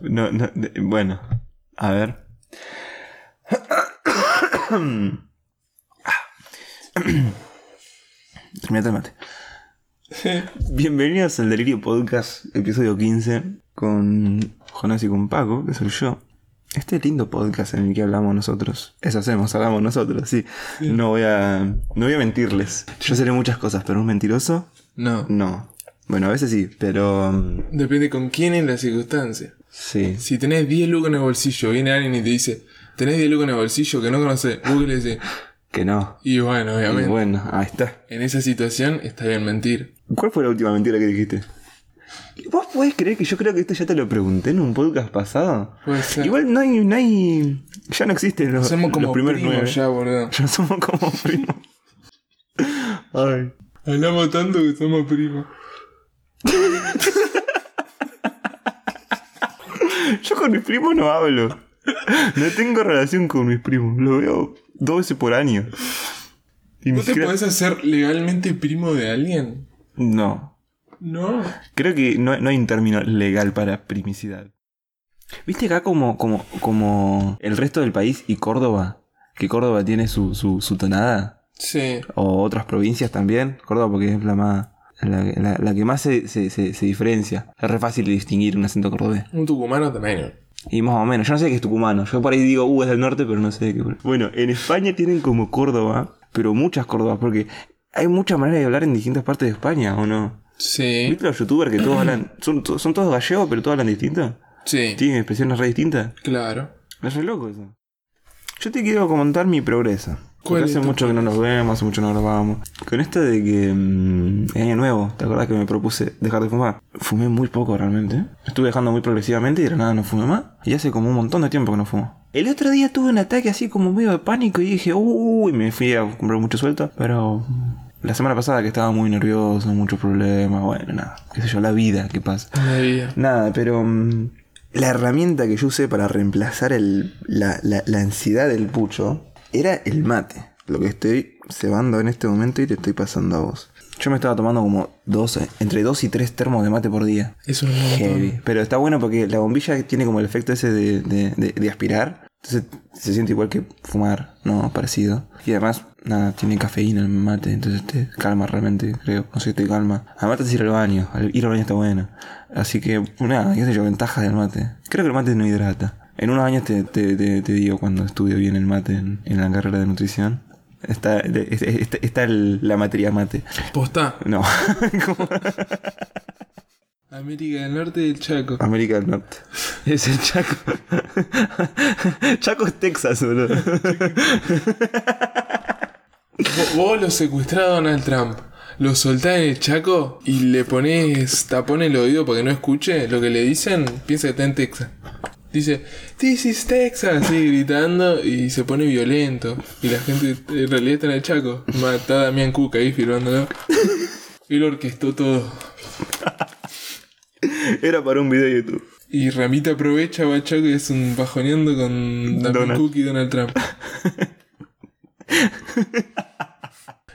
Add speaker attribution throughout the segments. Speaker 1: No, no, de- bueno, a ver. Terminate el mate. Bienvenidos al Delirio Podcast, episodio 15, con Jonás y con Paco, que soy yo. Este lindo podcast en el que hablamos nosotros. Eso hacemos, hablamos nosotros, sí. No voy a. No voy a mentirles. Yo seré muchas cosas, pero un mentiroso,
Speaker 2: No.
Speaker 1: no. Bueno, a veces sí, pero. mm,
Speaker 2: Depende con quién en la circunstancia.
Speaker 1: Sí.
Speaker 2: Si tenés 10 lucas en el bolsillo, viene alguien y te dice, tenés 10 lucas en el bolsillo que no conoces, vos qué le decís,
Speaker 1: Que no.
Speaker 2: y bueno,
Speaker 1: Y
Speaker 2: obviamente.
Speaker 1: bueno, ahí está.
Speaker 2: En esa situación está bien mentir.
Speaker 1: ¿Cuál fue la última mentira que dijiste? ¿Vos podés creer que yo creo que esto ya te lo pregunté en un podcast pasado?
Speaker 2: Puede ser.
Speaker 1: Igual no hay, no hay. Ya no existen los,
Speaker 2: Somos como
Speaker 1: los primeros
Speaker 2: primos
Speaker 1: nueve.
Speaker 2: ya, boludo.
Speaker 1: Ya somos como primos. Ay.
Speaker 2: Hablamos tanto que somos primos.
Speaker 1: Yo con mis primos no hablo. No tengo relación con mis primos. Lo veo dos veces por año. Y
Speaker 2: ¿Vos te
Speaker 1: creo-
Speaker 2: podés hacer legalmente primo de alguien?
Speaker 1: No.
Speaker 2: No.
Speaker 1: Creo que no, no hay un término legal para primicidad. ¿Viste acá como, como, como el resto del país y Córdoba? Que Córdoba tiene su, su, su tonada.
Speaker 2: Sí.
Speaker 1: O otras provincias también. Córdoba porque es la más... La, la- la que más se, se- se- se diferencia. Es re fácil distinguir un acento cordobés.
Speaker 2: Un tucumano también.
Speaker 1: Y más o menos. Yo no sé qué es tucumano. Yo por ahí digo, uh, es del norte, pero no sé de qué. Bueno, en España tienen como Córdoba, pero muchas Córdobas, porque hay muchas maneras de hablar en distintas partes de España, ¿o no?
Speaker 2: Sí.
Speaker 1: ¿Viste los youtubers que todos hablan. Son, to- son todos gallegos, pero todos hablan distinto?
Speaker 2: Sí.
Speaker 1: Tienen expresiones re distintas.
Speaker 2: Claro.
Speaker 1: Es re loco eso. Yo te quiero comentar mi progreso.
Speaker 2: ¿Cuál
Speaker 1: Porque
Speaker 2: es
Speaker 1: hace
Speaker 2: tu
Speaker 1: mucho que no nos vemos, hace mucho que no grabábamos. Con esto de que mm, es año nuevo, ¿te acordás que me propuse dejar de fumar? Fumé muy poco realmente. ¿eh? Estuve dejando muy progresivamente y de la nada no fumé más. Y hace como un montón de tiempo que no fumo. El otro día tuve un ataque así como medio de pánico y dije, uy, me fui a comprar mucho suelto. Pero mm, la semana pasada que estaba muy nervioso, muchos problemas, bueno, nada. Qué sé yo, la vida que pasa.
Speaker 2: La vida.
Speaker 1: Nada, pero mm, la herramienta que yo usé para reemplazar el- la, la- la ansiedad del pucho era el mate. Lo que estoy cebando en este momento y te estoy pasando a vos. Yo me estaba tomando como dos, entre dos y tres termos de mate por día.
Speaker 2: Eso es un montón.
Speaker 1: Heavy. Pero está bueno porque la bombilla tiene como el efecto ese de, de- de- de aspirar. Entonces se siente igual que fumar, ¿no? Parecido. Y además, nada, tiene cafeína el mate. Entonces te calma realmente, creo. No sé, te calma. Además te hace ir al baño. al ir al baño está bueno. Así que, nada, qué sé yo, ventajas del mate. Creo que el mate no hidrata. En unos años te, te- te- te digo cuando estudio bien el mate en, en la carrera de nutrición. Está, está, está el- la materia mate.
Speaker 2: Postá.
Speaker 1: No,
Speaker 2: América del Norte del Chaco.
Speaker 1: América del Norte. Es el Chaco. Chaco es Texas, boludo.
Speaker 2: Vo- Vos lo secuestrás a Donald Trump, lo soltás en el Chaco y le pones tapón en el oído para que no escuche lo que le dicen, piensa que está en Texas. Dice, This is Texas, así gritando y se pone violento. Y la gente en realidad está en el Chaco. Matá a Damián Cook ahí filmándolo. Y lo orquestó todo.
Speaker 1: Era para un video de YouTube.
Speaker 2: Y Ramita aprovecha, va al Chaco y es un bajoneando con Damián
Speaker 1: Donald.
Speaker 2: Cook y Donald Trump.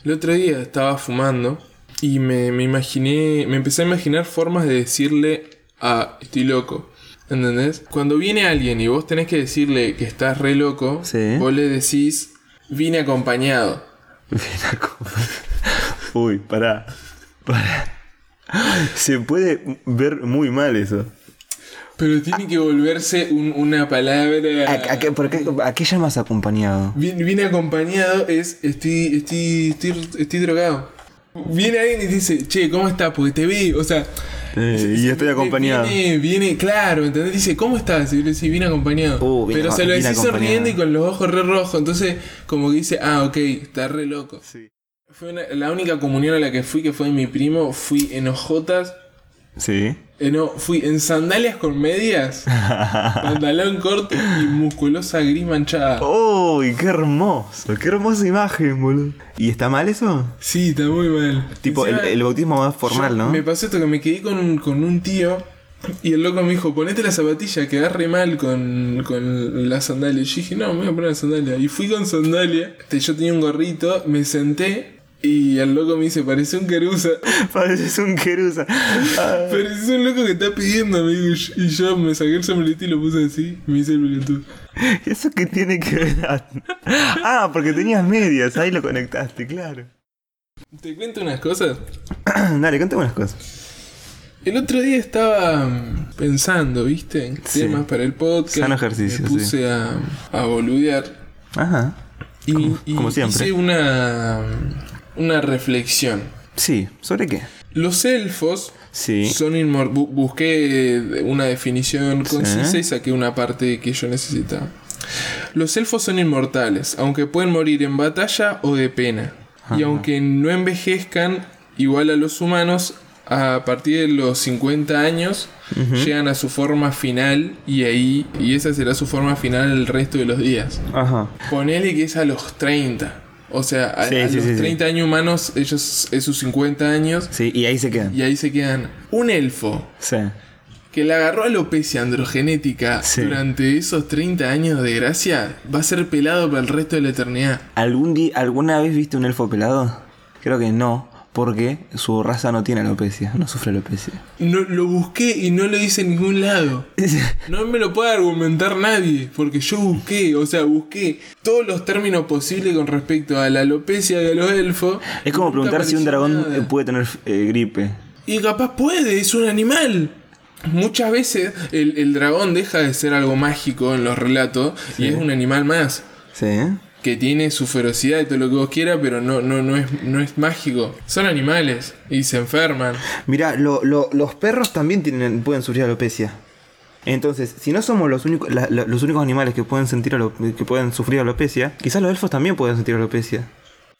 Speaker 2: El otro día estaba fumando y me, me imaginé, me empecé a imaginar formas de decirle a estoy loco. ¿Entendés? Cuando viene alguien y vos tenés que decirle que estás re loco,
Speaker 1: Sí.
Speaker 2: vos le decís vine acompañado.
Speaker 1: Uy, pará. Pará. Se puede ver muy mal eso.
Speaker 2: Pero tiene que volverse un- una palabra.
Speaker 1: ¿A, a qué, por qué- a qué llamas acompañado?
Speaker 2: Viene, viene acompañado es estoy, estoy, estoy, estoy drogado. Viene alguien y dice, che, ¿cómo estás? Porque te vi, o sea...
Speaker 1: Eh, y estoy acompañado.
Speaker 2: Viene, viene, claro, ¿entendés? Dice, ¿cómo estás? Y yo le decís, bien acompañado.
Speaker 1: Uh, viene
Speaker 2: Pero
Speaker 1: acom-
Speaker 2: se lo
Speaker 1: viene
Speaker 2: decís
Speaker 1: acompañado.
Speaker 2: sonriendo y con los ojos re rojos, entonces como que dice, ah, ok, está re loco.
Speaker 1: Sí.
Speaker 2: Fue una- la única comunión a la que fui, que fue de mi primo, fui en ojotas,
Speaker 1: Sí.
Speaker 2: eh, no, fui en sandalias con medias, pantalón corto y musculosa gris manchada.
Speaker 1: Oh. Uy, qué hermoso. Qué hermosa imagen, boludo. ¿Y está mal eso?
Speaker 2: Sí, está muy mal.
Speaker 1: Tipo, el,
Speaker 2: Encima,
Speaker 1: el bautismo más formal,
Speaker 2: yo-
Speaker 1: ¿no?
Speaker 2: Me pasó esto que me quedé con un, con un tío y el loco me dijo, ponete la zapatilla, quedás re mal con, con la sandalia. Y yo dije, no, me voy a poner la sandalia. Y fui con sandalia, este, yo tenía un gorrito, me senté. Y el loco me dice, parece un querusa.
Speaker 1: Pareces un querusa. Ah,
Speaker 2: Parece un loco que está pidiendo, amigo. Y yo- Y yo me saqué el sombrerito y lo puse así. Me hice el Bluetooth.
Speaker 1: ¿Eso qué tiene que ver? Ah, porque tenías medias, ahí lo conectaste, claro.
Speaker 2: Te cuento unas cosas.
Speaker 1: Dale, cuéntame unas cosas.
Speaker 2: El otro día estaba mm, pensando, ¿viste? En
Speaker 1: Sí.
Speaker 2: Temas para el podcast.
Speaker 1: Sano ejercicio,
Speaker 2: Me puse a, a boludear.
Speaker 1: Ajá.
Speaker 2: Y,
Speaker 1: Como-
Speaker 2: y
Speaker 1: como siempre.
Speaker 2: hice una, una reflexión.
Speaker 1: Sí, ¿sobre qué?
Speaker 2: Los elfos
Speaker 1: Sí.
Speaker 2: son inmor- bu- Busqué eh, una definición concisa y saqué una parte que yo necesitaba. Los elfos son inmortales, aunque pueden morir en batalla o de pena.
Speaker 1: Ah,
Speaker 2: Y aunque no envejezcan igual a los humanos, a partir de los 50 años llegan a su forma final y ahí y esa será su forma final el resto de los días.
Speaker 1: Ajá.
Speaker 2: Ponele que es a los 30. O sea, a,
Speaker 1: Sí,
Speaker 2: a
Speaker 1: sí,
Speaker 2: los
Speaker 1: sí, sí.
Speaker 2: 30 años humanos, ellos es sus 50 años
Speaker 1: Sí, y ahí se quedan.
Speaker 2: y ahí se quedan. Un elfo
Speaker 1: Sí.
Speaker 2: que le agarró alopecia androgenética
Speaker 1: Sí.
Speaker 2: durante esos 30 años de gracia va a ser pelado para el resto de la eternidad.
Speaker 1: ¿Algún di- ¿Alguna vez viste un elfo pelado? Creo que no, porque su raza no tiene alopecia, no sufre alopecia.
Speaker 2: No, lo busqué y no lo hice en ningún lado. No me lo puede argumentar nadie, porque yo busqué, o sea, busqué todos los términos posibles con respecto a la alopecia de los elfos.
Speaker 1: Es como
Speaker 2: Nunca
Speaker 1: preguntar si un
Speaker 2: apareció
Speaker 1: dragón
Speaker 2: nada.
Speaker 1: eh, puede tener eh, gripe.
Speaker 2: Y capaz puede, es un animal. Muchas veces el, el dragón deja de ser algo mágico en los relatos y es un animal más.
Speaker 1: Sí. ¿eh?
Speaker 2: Que tiene su ferocidad y todo lo que vos quieras, pero no, no, no, es, no es mágico. Son animales y se enferman.
Speaker 1: Mirá, lo- lo- los perros también tienen, pueden sufrir alopecia. Entonces, si no somos los únicos, la- la- los únicos animales que pueden, sentir alo- que pueden sufrir alopecia, quizás los elfos también pueden sentir alopecia.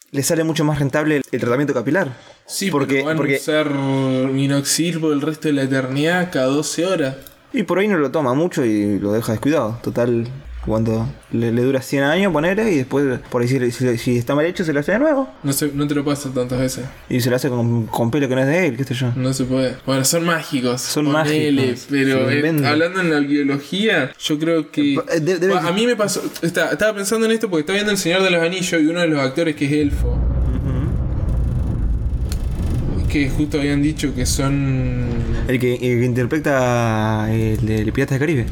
Speaker 1: Les sale mucho más rentable el, el tratamiento capilar.
Speaker 2: Sí,
Speaker 1: porque,
Speaker 2: porque van
Speaker 1: porque-
Speaker 2: a usar minoxidil por el resto de la eternidad cada 12 horas.
Speaker 1: Y por ahí no lo toma mucho y lo deja descuidado. Total, cuando le, le dura 100 años ponerle y después, por ahí si, si- si está mal hecho, se lo hace de nuevo.
Speaker 2: No, se- no te lo pasa tantas veces.
Speaker 1: Y se lo hace con, con pelo que no es de él, qué sé yo.
Speaker 2: No se puede. Bueno, son mágicos.
Speaker 1: Son mágicos,
Speaker 2: Pero
Speaker 1: se
Speaker 2: eh,
Speaker 1: inventan.
Speaker 2: hablando en la biología, yo creo que.
Speaker 1: Eh, de- debe-
Speaker 2: a mí me pasó. está- estaba pensando en esto porque estaba viendo El Señor de los Anillos y uno de los actores que es elfo. Que justo habían dicho que son.
Speaker 1: El que, el que interpreta eh, el, el Pirata del Caribe.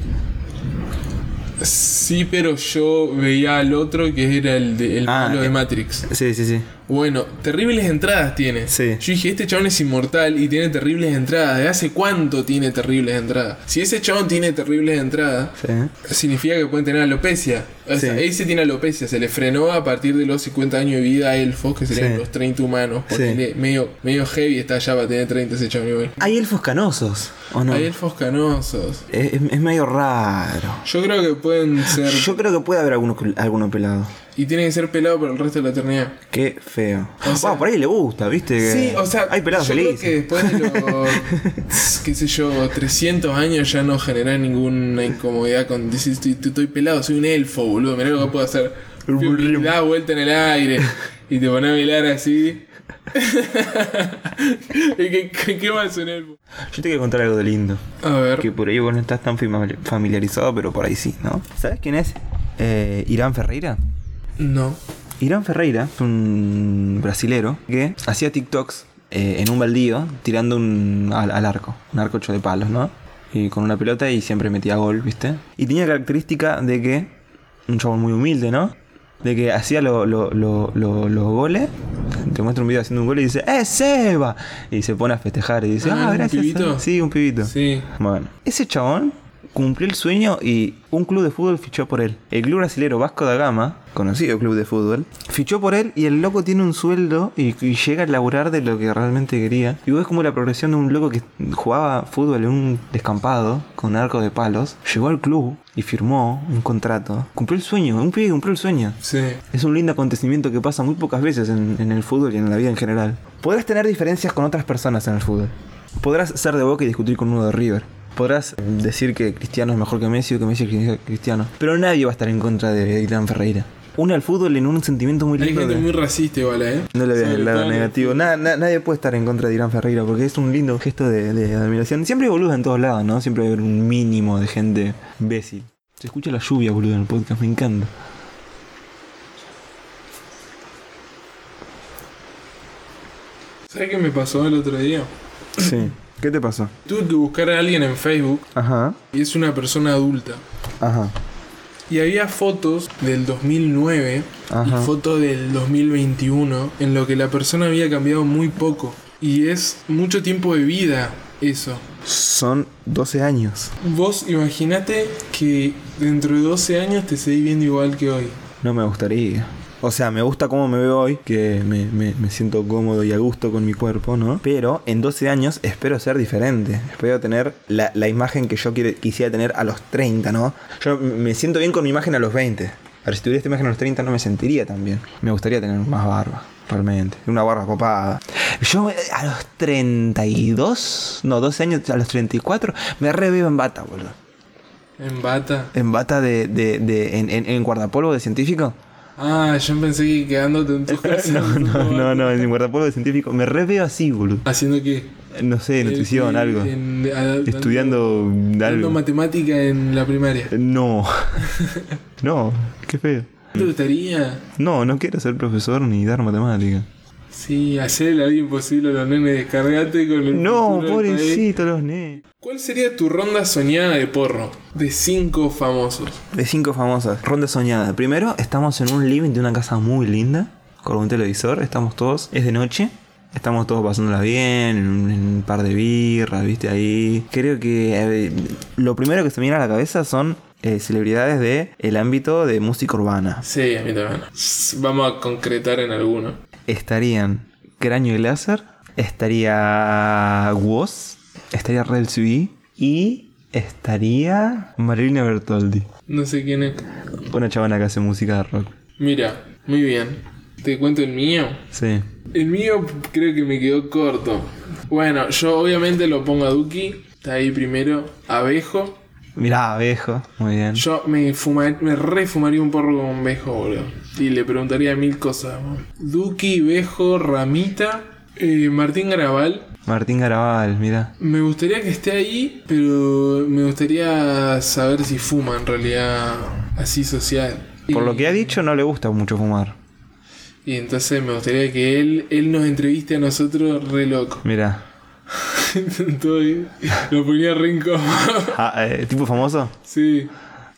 Speaker 2: Sí, pero yo veía al otro que era el, de, el
Speaker 1: Ah,
Speaker 2: malo de
Speaker 1: eh.
Speaker 2: Matrix.
Speaker 1: Sí, sí, sí.
Speaker 2: Bueno, terribles entradas tiene.
Speaker 1: Sí.
Speaker 2: Yo dije, este chabón es inmortal y tiene terribles entradas. ¿De hace cuánto tiene terribles entradas? Si ese chabón tiene terribles entradas,
Speaker 1: Sí. ¿eh?
Speaker 2: significa que pueden tener alopecia. O sea,
Speaker 1: Sí.
Speaker 2: ese tiene alopecia. Se le frenó a partir de los 50 años de vida a elfos, que serían
Speaker 1: Sí.
Speaker 2: los 30 humanos.
Speaker 1: Sí.
Speaker 2: Porque medio, medio heavy está allá para tener 30 ese chabón igual.
Speaker 1: Hay elfos canosos, ¿o no?
Speaker 2: Hay elfos canosos.
Speaker 1: Es, es- es medio raro.
Speaker 2: Yo creo que pueden ser...
Speaker 1: Yo creo que puede haber alguno, alguno pelado.
Speaker 2: Y tienen que ser pelados por el resto de la eternidad.
Speaker 1: Qué feo.
Speaker 2: O sea-
Speaker 1: Wow, por ahí le gusta, ¿viste? Que
Speaker 2: Sí, o sea,
Speaker 1: Hay pelados
Speaker 2: yo creo
Speaker 1: felices.
Speaker 2: que después de los, qué sé yo, 300 años ya no genera ninguna incomodidad con decir, estoy, estoy- estoy pelado, soy un elfo, boludo, mirá lo que puedo hacer. Y Da vuelta en el aire y te pones a bailar así. ¿Y qué, qué, qué más un elfo?
Speaker 1: Yo te quiero contar algo de lindo.
Speaker 2: A ver,
Speaker 1: Que por ahí vos no estás tan fami- familiarizado, pero por ahí sí, ¿no? ¿Sabes quién es eh, Irán Ferreira?
Speaker 2: no.
Speaker 1: Irán Ferreira es un brasilero que hacía TikToks eh, en un baldío tirando un, al, al arco, un arco hecho de palos, ¿no? Y con una pelota y siempre metía gol, ¿viste? Y tenía característica de que, un chabón muy humilde, ¿no? De que hacía lo- lo- lo- lo- los goles, te muestra un video haciendo un gol y dice, ¡Eh, Seba! Y se pone a festejar y dice,
Speaker 2: Ah,
Speaker 1: ¡Ah,
Speaker 2: ¿un
Speaker 1: gracias!
Speaker 2: pibito?
Speaker 1: Seba". Sí, un pibito.
Speaker 2: Sí.
Speaker 1: Bueno, ese chabón cumplió el sueño y un club de fútbol fichó por él. El club brasilero Vasco da Gama, conocido club de fútbol, fichó por él y el loco tiene un sueldo y, y llega a laburar de lo que realmente quería. Y ves como la progresión de un loco que jugaba fútbol en un descampado con arco de palos, llegó al club y firmó un contrato. Cumplió el sueño, un pibe cumplió el sueño.
Speaker 2: Sí.
Speaker 1: Es un lindo acontecimiento que pasa muy pocas veces en, en el fútbol y en la vida en general. Podrás tener diferencias con otras personas en el fútbol. Podrás ser de Boca y discutir con uno de River. Podrás decir que Cristiano es mejor que Messi o que Messi es mejor que Cristiano. Pero nadie va a estar en contra de Irán Ferreira. Une al fútbol en un sentimiento muy
Speaker 2: Hay
Speaker 1: lindo.
Speaker 2: gente
Speaker 1: de-
Speaker 2: muy racista igual, ¿eh?
Speaker 1: No le veas
Speaker 2: Sobre
Speaker 1: el lado
Speaker 2: todo-
Speaker 1: negativo. Na- na- nadie puede estar en contra de Irán Ferreira porque es un lindo gesto de, de admiración. Siempre hay boludos en todos lados, ¿no? Siempre hay un mínimo de gente imbécil. Se escucha la lluvia, boludo, en el podcast. Me encanta.
Speaker 2: ¿Sabes qué me pasó el otro día?
Speaker 1: Sí. ¿Qué te pasó?
Speaker 2: Tuve que buscar a alguien en Facebook
Speaker 1: Ajá.
Speaker 2: y es una persona adulta.
Speaker 1: Ajá.
Speaker 2: Y había fotos del 2009
Speaker 1: Ajá.
Speaker 2: y fotos del 2021 en lo que la persona había cambiado muy poco. Y es mucho tiempo de vida eso.
Speaker 1: Son 12 años.
Speaker 2: Vos imaginate que dentro de 12 años te seguís viendo igual que hoy.
Speaker 1: No me gustaría. O sea, me gusta cómo me veo hoy, que me, me- me siento cómodo y a gusto con mi cuerpo, ¿no? Pero en 12 años espero ser diferente. Espero tener la, la imagen que yo quiere- quisiera tener a los 30, ¿no? Yo m- me siento bien con mi imagen a los 20. Ahora, si tuviera esta imagen a los 30 no me sentiría tan bien. Me gustaría tener más barba, realmente. Una barba copada. Yo eh, a los 32, no, 12 años, a los 34, me reveo en bata, boludo.
Speaker 2: En bata.
Speaker 1: En bata de, de, de- en, en, en guardapolvo de científico.
Speaker 2: Ah, yo pensé que quedándote en tus casas.
Speaker 1: No, no, no, no, en guardapolvo de científico. Me re veo así, boludo.
Speaker 2: ¿Haciendo qué?
Speaker 1: No sé, nutrición,
Speaker 2: En-
Speaker 1: algo.
Speaker 2: Eh, en- a-
Speaker 1: Estudiando
Speaker 2: Dando
Speaker 1: algo. Eh,
Speaker 2: matemática en la primaria.
Speaker 1: No. No, qué feo.
Speaker 2: ¿Te gustaría?
Speaker 1: No, no quiero ser profesor ni dar matemática.
Speaker 2: Sí, hacer la vida imposible a los nenes, descargate con el.
Speaker 1: No,
Speaker 2: futuro del país.
Speaker 1: pobrecito los nenes.
Speaker 2: ¿Cuál sería tu ronda soñada de porro? De cinco famosos.
Speaker 1: De cinco famosas, ronda soñada. Primero, estamos en un living de una casa muy linda, con un televisor, estamos todos, es de noche, estamos todos pasándola bien, en un, en un par de birras, viste ahí. Creo que eh, lo primero que se me viene a la cabeza son eh, celebridades de el ámbito de música urbana.
Speaker 2: Sí, a mí también. S- Vamos a concretar en alguno.
Speaker 1: Estarían Cráneo y Láser, estaría Woz, estaría Red City y estaría Marilina Bertoldi,
Speaker 2: No sé quién es.
Speaker 1: una chavana que hace música de rock.
Speaker 2: Mira, muy bien. ¿Te cuento el mío?
Speaker 1: Sí.
Speaker 2: El mío creo que me quedó corto. Bueno, yo obviamente lo pongo a Duki. Está ahí primero. Abejo.
Speaker 1: Mirá, viejo. Muy bien.
Speaker 2: Yo me, fuma, me refumaría un porro con Bejo, boludo. Y le preguntaría mil cosas. boludo. Duki, Bejo, Ramita, eh, Martín Garabal.
Speaker 1: Martín Garabal, mirá.
Speaker 2: Me gustaría que esté ahí, pero me gustaría saber si fuma en realidad así social.
Speaker 1: Por
Speaker 2: Y-
Speaker 1: lo que ha dicho, no le gusta mucho fumar.
Speaker 2: Y entonces me gustaría que él, él nos entreviste a nosotros re loco.
Speaker 1: Mirá.
Speaker 2: Estoy- lo ponía re incómodo.
Speaker 1: Ah, eh, ¿Tipo famoso?
Speaker 2: Sí.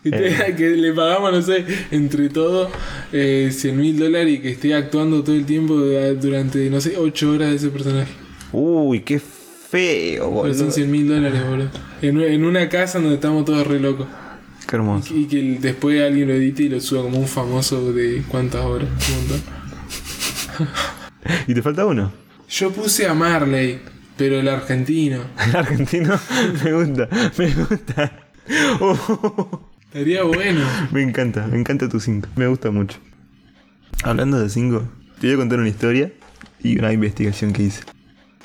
Speaker 2: Y te- que le pagamos, no sé, entre todo, eh, 100 mil dólares y que esté actuando todo el tiempo de- durante, no sé, 8 horas de ese personaje.
Speaker 1: Uy, qué feo,
Speaker 2: Pero
Speaker 1: boludo.
Speaker 2: son 100 mil dólares, boludo. En, en una casa donde estamos todos re locos.
Speaker 1: Qué hermoso.
Speaker 2: Y que el- después alguien lo edite y lo suba como un famoso de cuántas horas. Un montón.
Speaker 1: ¿Y te falta uno?
Speaker 2: Yo puse a Marley, pero el argentino.
Speaker 1: El argentino. Me gusta, me gusta. Uh,
Speaker 2: Estaría bueno.
Speaker 1: me encanta, me encanta tu 5. Me gusta mucho. Hablando de 5, te voy a contar una historia y una investigación que hice.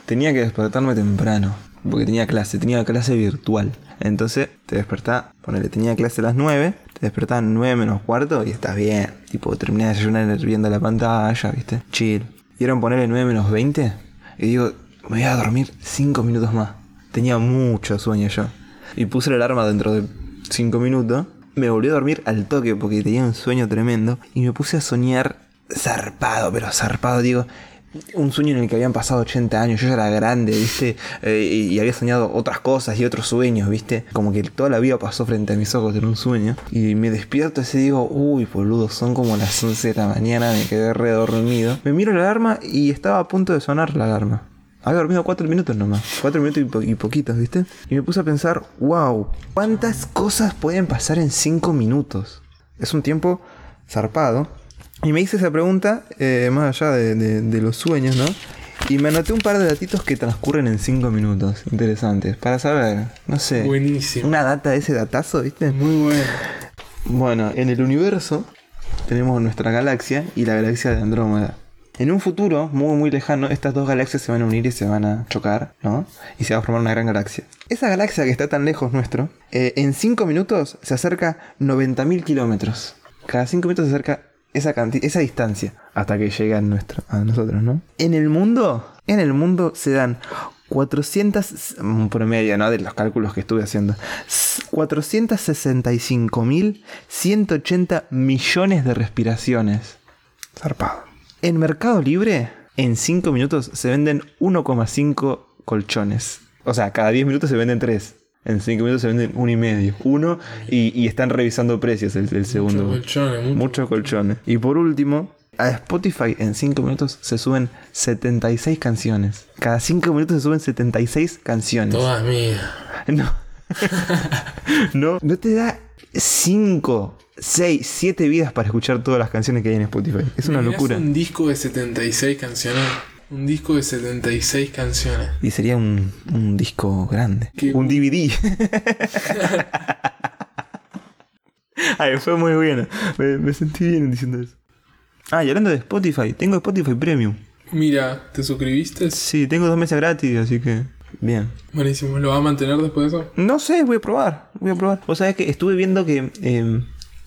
Speaker 1: Tenía que despertarme temprano, porque tenía clase, tenía clase virtual. Entonces te despertá, ponele, tenía clase a las 9, te despertás 9 menos cuarto y estás bien. Tipo, terminé de desayunar viendo la pantalla, viste, chill. Y eran ponerle 9 menos 20 y digo, me voy a dormir 5 minutos más. Tenía mucho sueño yo. Y puse la alarma dentro de 5 minutos. Me volví a dormir al toque porque tenía un sueño tremendo y me puse a soñar zarpado, pero zarpado, digo. Un sueño en el que habían pasado 80 años, yo ya era grande, ¿viste? Eh, y, y había soñado otras cosas y otros sueños, ¿viste? Como que toda la vida pasó frente a mis ojos en un sueño. Y me despierto así digo, uy, boludo, son como las 11 de la mañana, me quedé redormido. Me miro la alarma y estaba a punto de sonar la alarma. Había dormido cuatro minutos nomás. Cuatro minutos y, po- y poquitos, ¿viste? Y me puse a pensar, wow, ¿cuántas cosas pueden pasar en cinco minutos? Es un tiempo zarpado. Y me hice esa pregunta, eh, más allá de, de- de los sueños, ¿no? Y me anoté un par de datitos que transcurren en cinco minutos. Interesantes. Para saber, no sé.
Speaker 2: Buenísimo.
Speaker 1: Una data de ese datazo, ¿viste?
Speaker 2: Muy bueno.
Speaker 1: Bueno, en el universo tenemos nuestra galaxia y la galaxia de Andrómeda. En un futuro muy muy lejano, estas dos galaxias se van a unir y se van a chocar, ¿no? Y se va a formar una gran galaxia. Esa galaxia que está tan lejos nuestro, eh, en 5 minutos se acerca 90.000 kilómetros. Cada 5 minutos se acerca esa, canti- esa distancia hasta que llega a, nuestro, a nosotros, ¿no? En el mundo, en el mundo se dan 400, un promedio, ¿no? De los cálculos que estuve haciendo. 465.180 millones de respiraciones. Zarpado. En Mercado Libre, en 5 minutos se venden 1,5 colchones. O sea, cada 10 minutos se venden 3. En 5 minutos se venden uno y medio. Uno y, y están revisando precios el, el segundo.
Speaker 2: Muchos colchones, mucho-
Speaker 1: Muchos colchones. Y por último, a Spotify en 5 minutos se suben 76 canciones. Cada 5 minutos se suben 76 canciones.
Speaker 2: Todas mías.
Speaker 1: No. no. No te da 5, 6, 7 vidas para escuchar todas las canciones que hay en Spotify. Es una
Speaker 2: Mirás
Speaker 1: locura.
Speaker 2: Un disco de 76 canciones. Un disco de 76 canciones.
Speaker 1: Y sería un, un disco grande.
Speaker 2: Qué-
Speaker 1: Un DVD. Ay, fue muy bueno. Me, me sentí bien diciendo eso. Ah, y hablando de Spotify, tengo Spotify Premium.
Speaker 2: Mira, ¿te suscribiste?
Speaker 1: Sí, tengo dos meses gratis, así que. Bien.
Speaker 2: Buenísimo, ¿lo vas a mantener después de eso?
Speaker 1: No sé, voy a probar. Voy a probar. Vos sabés que estuve viendo que. eh,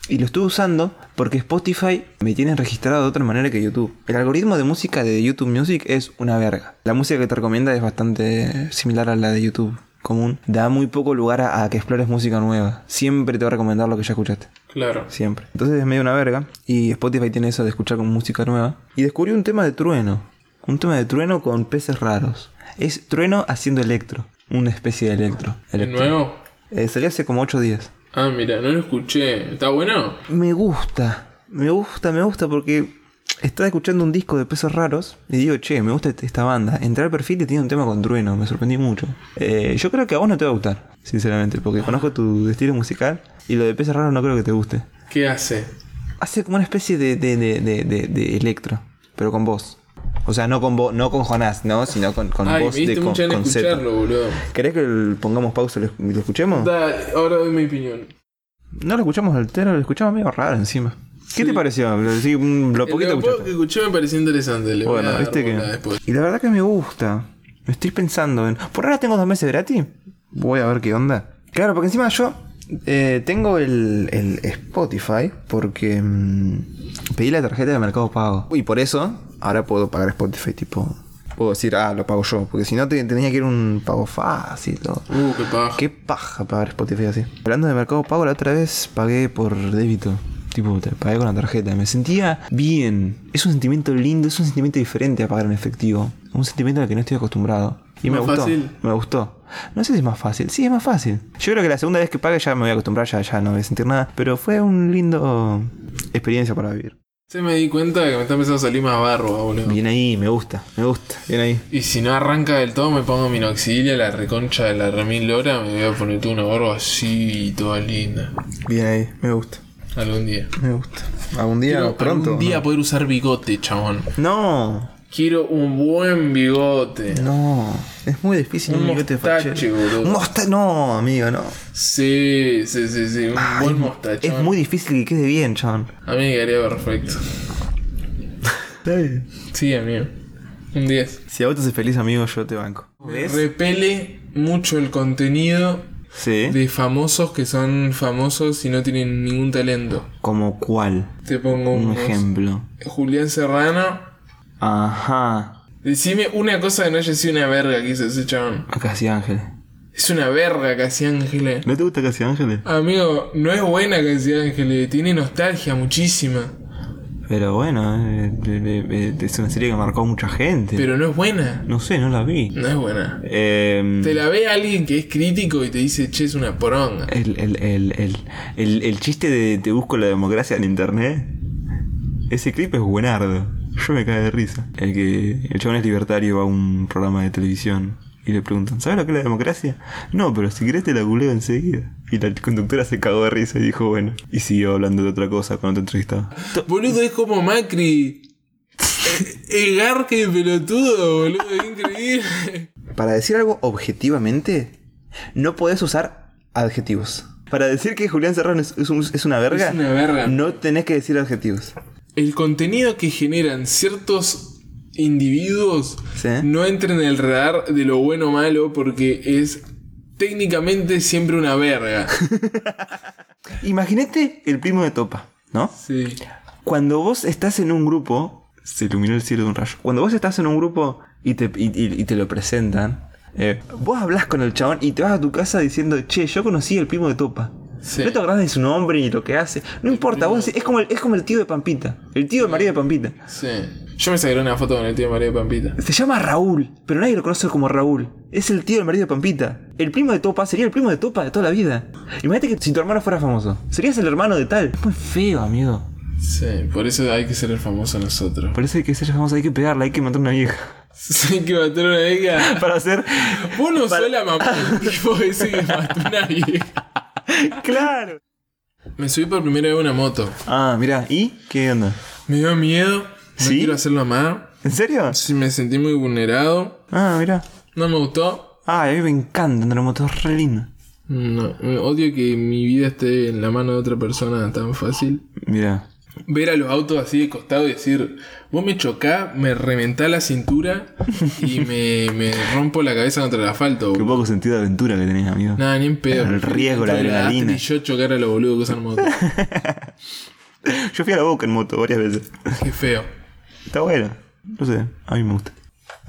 Speaker 1: y lo estuve usando porque Spotify me tiene registrado de otra manera que YouTube. El algoritmo de música de YouTube Music es una verga. La música que te recomienda es bastante similar a la de YouTube común. Da muy poco lugar a, a que explores música nueva. Siempre te va a recomendar lo que ya escuchaste.
Speaker 2: Claro.
Speaker 1: Siempre. Entonces es medio una verga. Y Spotify tiene eso de escuchar con música nueva. Y descubrí un tema de trueno. Un tema de trueno con peces raros. Es trueno haciendo electro. Una especie de electro.
Speaker 2: ¿De
Speaker 1: Electro.
Speaker 2: nuevo?
Speaker 1: Eh, salió hace como 8 días.
Speaker 2: Ah, mira, no lo escuché. ¿Está bueno?
Speaker 1: Me gusta. Me gusta, me gusta porque estaba escuchando un disco de peces raros. Y digo, che, me gusta este- esta banda. Entré al perfil y tiene un tema con trueno. Me sorprendí mucho. Eh, yo creo que a vos no te va a gustar. Sinceramente. Porque conozco tu estilo musical. Y lo de peces raros no creo que te guste.
Speaker 2: ¿Qué hace?
Speaker 1: Hace como una especie de, de, de, de, de- de electro, pero con voz. O sea, no con vo- no con Jonás, ¿no? Sino con, con
Speaker 2: Ay, me
Speaker 1: voz de
Speaker 2: diste
Speaker 1: con,
Speaker 2: mucha en
Speaker 1: con Z.
Speaker 2: escucharlo, boludo.
Speaker 1: ¿Querés que el- pongamos pausa y lo, y lo escuchemos?
Speaker 2: Dale, ahora doy mi opinión.
Speaker 1: No lo escuchamos altero, lo escuchamos medio raro encima. ¿Qué
Speaker 2: Sí.
Speaker 1: te pareció? Lo, sí, mm, lo poquito
Speaker 2: Lo
Speaker 1: que
Speaker 2: poco que
Speaker 1: escuchaste.
Speaker 2: escuché me pareció interesante. Le voy a
Speaker 1: Bueno,
Speaker 2: dar
Speaker 1: viste que.
Speaker 2: bola después.
Speaker 1: Y la verdad que me gusta. Estoy pensando en. Por ahora tengo dos meses gratis. Voy a ver qué onda. Claro, porque encima yo eh, tengo el, el Spotify porque mm, pedí la tarjeta de Mercado Pago. Y por eso ahora puedo pagar Spotify, tipo. Puedo decir, ah, lo pago yo. Porque si no, te- tenía que ir un pago fácil. todo.
Speaker 2: Uh, qué paja.
Speaker 1: Qué paja pagar Spotify así. Hablando de Mercado Pago, la otra vez pagué por débito. Tipo, te pagué con la tarjeta. Me sentía bien. Es un sentimiento lindo, es un sentimiento diferente a pagar en efectivo. Un sentimiento al que no estoy acostumbrado. Y me
Speaker 2: ¿Más
Speaker 1: gustó.
Speaker 2: fácil?
Speaker 1: Me gustó. No sé si es más fácil. Sí, es más fácil. Yo creo que la segunda vez que pague ya me voy a acostumbrar, ya, ya no voy a sentir nada. Pero fue un lindo experiencia para vivir.
Speaker 2: Se me di cuenta que me está empezando a salir más barba, boludo.
Speaker 1: Bien ahí, me gusta, me gusta. Bien ahí.
Speaker 2: Y si no arranca del todo, me pongo minoxidil a la reconcha de la remil lora. Me voy a poner tú una barba así, toda linda.
Speaker 1: Bien ahí, me gusta.
Speaker 2: Algún día.
Speaker 1: Me gusta. ¿Algún día?
Speaker 2: Quiero
Speaker 1: ¿Pronto?
Speaker 2: algún día poder usar bigote, chabón.
Speaker 1: No.
Speaker 2: Quiero un buen bigote.
Speaker 1: No, es muy difícil
Speaker 2: Un
Speaker 1: un, bigote
Speaker 2: mostache,
Speaker 1: fachero.
Speaker 2: boludo.
Speaker 1: Un mosta- no, amigo, no.
Speaker 2: Sí, sí, sí, sí. Un buen mostachón.
Speaker 1: Es muy difícil que quede bien, chabón.
Speaker 2: A mí me quedaría perfecto. Sí, amigo. Un 10.
Speaker 1: Si a vos te hace feliz, amigo, yo te banco. ¿Ves?
Speaker 2: Repele mucho el contenido
Speaker 1: Sí.
Speaker 2: de famosos que son famosos y no tienen ningún talento.
Speaker 1: ¿Como cuál?
Speaker 2: Te pongo
Speaker 1: Un
Speaker 2: unos.
Speaker 1: ejemplo.
Speaker 2: Julián Serrano.
Speaker 1: Ajá.
Speaker 2: Decime una cosa que no haya sido una verga que hizo ese chabón.
Speaker 1: Casi Ángeles.
Speaker 2: Es una verga Casi Ángeles.
Speaker 1: ¿No te gusta Casi Ángeles?
Speaker 2: Amigo, no es buena Casi Ángeles. Tiene nostalgia muchísima.
Speaker 1: Pero bueno, eh, eh, eh, es una serie que marcó a mucha gente.
Speaker 2: Pero no es buena.
Speaker 1: No sé, no la vi.
Speaker 2: No es buena.
Speaker 1: Eh,
Speaker 2: Te la ve alguien que es crítico y te dice, che, es una poronga.
Speaker 1: El, el, el, el, el, el chiste de te busco la democracia en internet. Ese clip es buenardo. Yo me cae de risa. El que el chabón es libertario va a un programa de televisión y le preguntan, ¿sabes lo que es la democracia? No, pero si querés te la googleo enseguida. Y la conductora se cagó de risa y dijo, bueno. Y siguió hablando de otra cosa cuando te entrevistaba.
Speaker 2: Boludo, es como Macri. El Garque pelotudo, boludo, es increíble.
Speaker 1: Para decir algo objetivamente, no podés usar adjetivos. Para decir que Julián Serrano es, es un- es una verga,
Speaker 2: Es una verga.
Speaker 1: no tenés que decir adjetivos.
Speaker 2: El contenido que generan ciertos individuos
Speaker 1: Sí.
Speaker 2: no entra en el radar de lo bueno o malo porque es técnicamente siempre una verga.
Speaker 1: Imagínate el primo de Topa, ¿no?
Speaker 2: Sí.
Speaker 1: Cuando vos estás en un grupo, se iluminó el cielo de un rayo. Cuando vos estás en un grupo y te, y- y- y te lo presentan, eh, vos hablas con el chabón y te vas a tu casa diciendo, che, yo conocí al primo de Topa.
Speaker 2: Sí.
Speaker 1: No te acordás de su nombre ni lo que hace. No importa, vos decís, es como el, es como el tío de Pampita. El tío de María de Pampita.
Speaker 2: Sí. Yo me sacaré una foto con el tío María de Pampita.
Speaker 1: Se llama Raúl, pero nadie lo conoce como Raúl. Es el tío del marido de Pampita. El primo de Topa sería el primo de Topa de toda la vida. Imagínate que si tu hermano fuera famoso, serías el hermano de tal. Es muy feo, amigo.
Speaker 2: Sí, por eso hay que ser el famoso nosotros.
Speaker 1: Por eso hay que ser famoso, hay que pegarla, hay que matar una vieja.
Speaker 2: Sí, que mató una vieja.
Speaker 1: Para hacer.
Speaker 2: Vos no sos la mamá del tipo ese que mató una vieja.
Speaker 1: ¡Claro!
Speaker 2: Me subí por primera vez a una moto.
Speaker 1: Ah, mira, ¿y qué onda?
Speaker 2: Me dio miedo. No
Speaker 1: ¿Sí?
Speaker 2: quiero hacerlo más.
Speaker 1: ¿En serio?
Speaker 2: Sí, me sentí muy vulnerado.
Speaker 1: Ah, mira.
Speaker 2: No me gustó.
Speaker 1: Ah, a mí me encanta andar en moto, es re lindo.
Speaker 2: No, me- odio que mi vida esté en la mano de otra persona tan fácil.
Speaker 1: Mira.
Speaker 2: Ver a los autos así de costado y decir, vos me chocá, me reventá la cintura y me, me rompo la cabeza contra el asfalto.
Speaker 1: Qué poco sentido de aventura que tenés, amigo.
Speaker 2: Nada, ni en pedo.
Speaker 1: El riesgo, la
Speaker 2: Entre
Speaker 1: adrenalina.
Speaker 2: Astrid Y yo chocar a los boludos que usan moto.
Speaker 1: Yo fui a la boca en moto varias veces.
Speaker 2: Qué feo.
Speaker 1: Está bueno. No sé, a mí me gusta.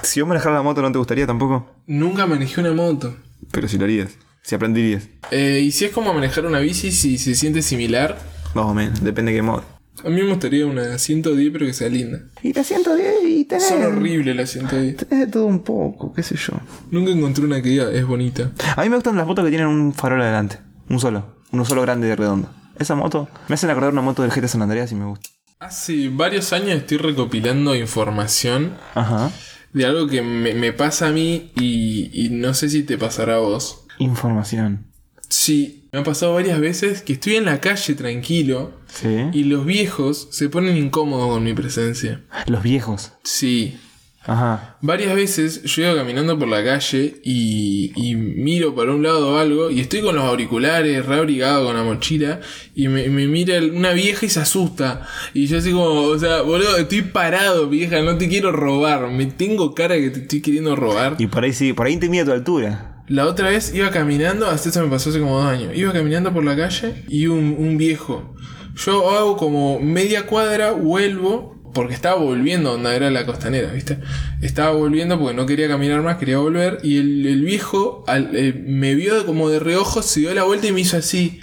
Speaker 1: Si vos manejaras la moto, no te gustaría tampoco.
Speaker 2: Nunca manejé una moto.
Speaker 1: Pero si lo harías, si aprenderías.
Speaker 2: Eh, y si es como manejar una bici, si se siente similar.
Speaker 1: Más o menos, depende de qué modo.
Speaker 2: A mí me gustaría una 110, pero que sea linda.
Speaker 1: Y te siento bien y tenés.
Speaker 2: Son horribles las 110.
Speaker 1: tenés de todo un poco, qué sé yo.
Speaker 2: Nunca encontré una que diga, es bonita.
Speaker 1: A mí me gustan las motos que tienen un farol adelante. Un solo. Uno solo grande y redondo. Esa moto me hacen acordar una moto del GTA San Andreas y me gusta.
Speaker 2: Hace varios años estoy recopilando información
Speaker 1: Ajá.
Speaker 2: de algo que me, me pasa a mí y, y no sé si te pasará a vos.
Speaker 1: Información.
Speaker 2: Sí, me ha pasado varias veces que estoy en la calle tranquilo
Speaker 1: Sí.
Speaker 2: y los viejos se ponen incómodos con mi presencia.
Speaker 1: Los viejos.
Speaker 2: Sí,
Speaker 1: Ajá.
Speaker 2: Varias veces yo iba caminando por la calle y, y miro para un lado o algo y estoy con los auriculares, re abrigado con la mochila y me, me mira el- una vieja y se asusta. Y yo así como, o sea, boludo, estoy parado, vieja, no te quiero robar, me tengo cara que te estoy queriendo robar.
Speaker 1: Y por ahí sí, por ahí te mide tu altura.
Speaker 2: La otra vez iba caminando, hasta eso me pasó hace como dos años, iba caminando por la calle y un, un viejo. Yo hago como media cuadra, vuelvo, porque estaba volviendo donde era la costanera, ¿viste? Estaba volviendo porque no quería caminar más, quería volver. Y el, el viejo al- eh, me vio de- como de reojo, se dio la vuelta y me hizo así.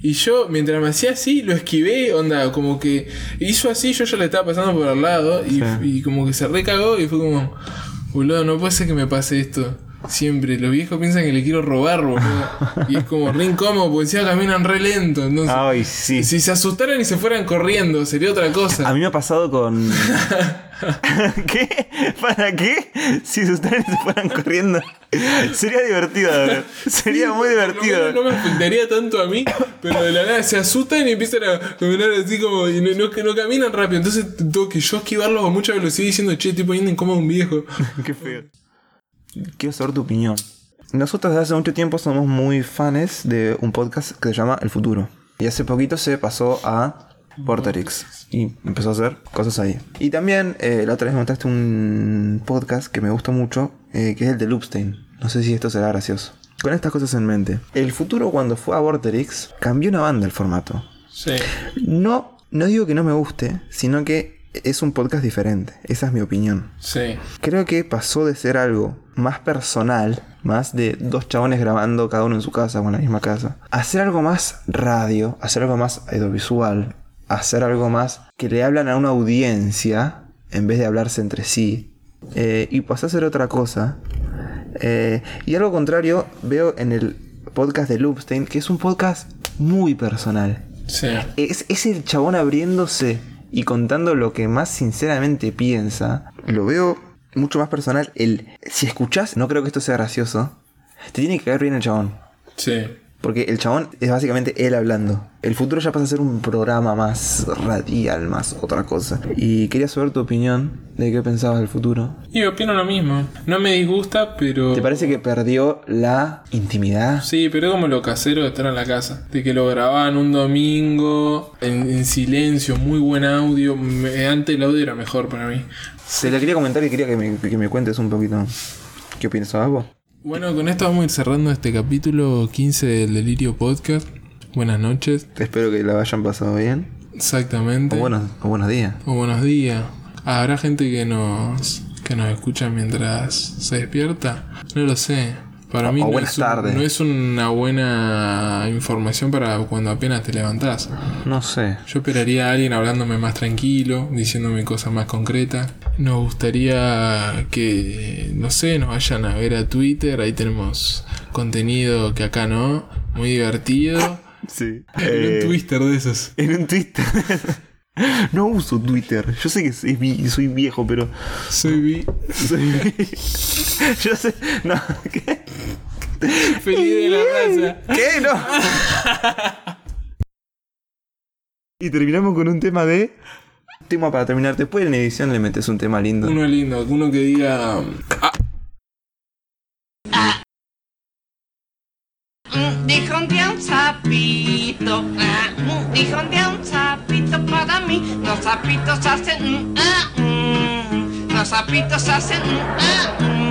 Speaker 2: Y yo, mientras me hacía así, lo esquivé, onda, como que hizo así, yo ya le estaba pasando por al lado y,
Speaker 1: Sí.
Speaker 2: y como que se recagó y fue como, boludo, no puede ser que me pase esto. Siempre, los viejos piensan que le quiero robar, boludo. Y es como re incómodo, porque encima caminan re lento. Entonces,
Speaker 1: Ay, sí.
Speaker 2: si se asustaran y se fueran corriendo, sería otra cosa.
Speaker 1: A mí me ha pasado con. ¿Qué? ¿Para qué? Si sus trenes se fueran corriendo. Sería divertido, de ver. Sería muy divertido.
Speaker 2: No, me afectaría tanto a mí, pero de la nada se asustan y empiezan a caminar así como. Y no, no- no caminan rápido. Entonces tengo que yo esquivarlos a mucha velocidad diciendo, che, estoy poniendo incómodo a un viejo.
Speaker 1: Qué feo. Quiero saber tu opinión. Nosotros desde hace mucho tiempo somos muy fans de un podcast que se llama El Futuro. Y hace poquito se pasó a Porterix. Y empezó a hacer cosas ahí. Y también eh, la otra vez me contaste un podcast que me gusta mucho, eh, que es el de Loopstein. No sé si esto será gracioso. Con estas cosas en mente. El futuro cuando fue a Vorterix cambió una banda el formato.
Speaker 2: Sí.
Speaker 1: No, no digo que no me guste, sino que es un podcast diferente. Esa es mi opinión.
Speaker 2: Sí.
Speaker 1: Creo que pasó de ser algo más personal, más de dos chabones grabando cada uno en su casa o en la misma casa, a hacer algo más radio, a hacer algo más audiovisual, a hacer algo más que le hablan a una audiencia en vez de hablarse entre sí. Eh, y pasó a ser otra cosa. Eh, y algo contrario veo en el podcast de Loopstein, que es un podcast muy personal.
Speaker 2: Sí.
Speaker 1: Es, es el chabón abriéndose y contando lo que más sinceramente piensa. Lo veo mucho más personal. El, si escuchás, no creo que esto sea gracioso. Te tiene que caer bien el chabón.
Speaker 2: Sí.
Speaker 1: Porque el chabón es básicamente él hablando. El futuro ya pasa a ser un programa más radial, más otra cosa. Y quería saber tu opinión de qué pensabas del futuro.
Speaker 2: Y opino lo mismo. No me disgusta, pero.
Speaker 1: ¿Te parece que perdió la intimidad?
Speaker 2: Sí, pero es como lo casero de estar en la casa. De que lo grababan un domingo, en, en silencio, muy buen audio. Me- antes el audio era mejor para mí.
Speaker 1: Te la quería comentar y quería que me, que me cuentes un poquito. ¿Qué pensabas vos?
Speaker 2: Bueno, con esto vamos a ir cerrando este capítulo 15 del Delirio Podcast. Buenas noches.
Speaker 1: Espero que la hayan pasado bien.
Speaker 2: Exactamente.
Speaker 1: O buenos, o buenos días.
Speaker 2: O buenos días. ¿Habrá gente que nos, que nos escucha mientras se despierta? No lo sé. Para
Speaker 1: O-
Speaker 2: mí
Speaker 1: o
Speaker 2: no
Speaker 1: buenas
Speaker 2: es, un-
Speaker 1: tardes.
Speaker 2: no es una buena información para cuando apenas te levantás.
Speaker 1: No sé.
Speaker 2: Yo esperaría a alguien hablándome más tranquilo, diciéndome cosas más concretas. Nos gustaría que, no sé, nos vayan a ver a Twitter. Ahí tenemos contenido que acá no, muy divertido.
Speaker 1: Sí. Eh,
Speaker 2: En un Twitter de esos.
Speaker 1: En un Twitter. no uso Twitter. Yo sé que soy, vi- soy viejo, pero.
Speaker 2: Soy bi-
Speaker 1: soy- Yo sé. No, ¿qué?
Speaker 2: feliz de la raza.
Speaker 1: ¿Qué? No. y terminamos con un tema de. Tema para terminar. Después en edición le metes un tema lindo.
Speaker 2: Uno lindo, uno que diga. "Ah,
Speaker 3: Mm, Dijeron de un sapito, ah, mm, dijeron de un sapito para mí. Los sapitos hacen, mm, ah, mm. los sapitos hacen, mm, ah, mm.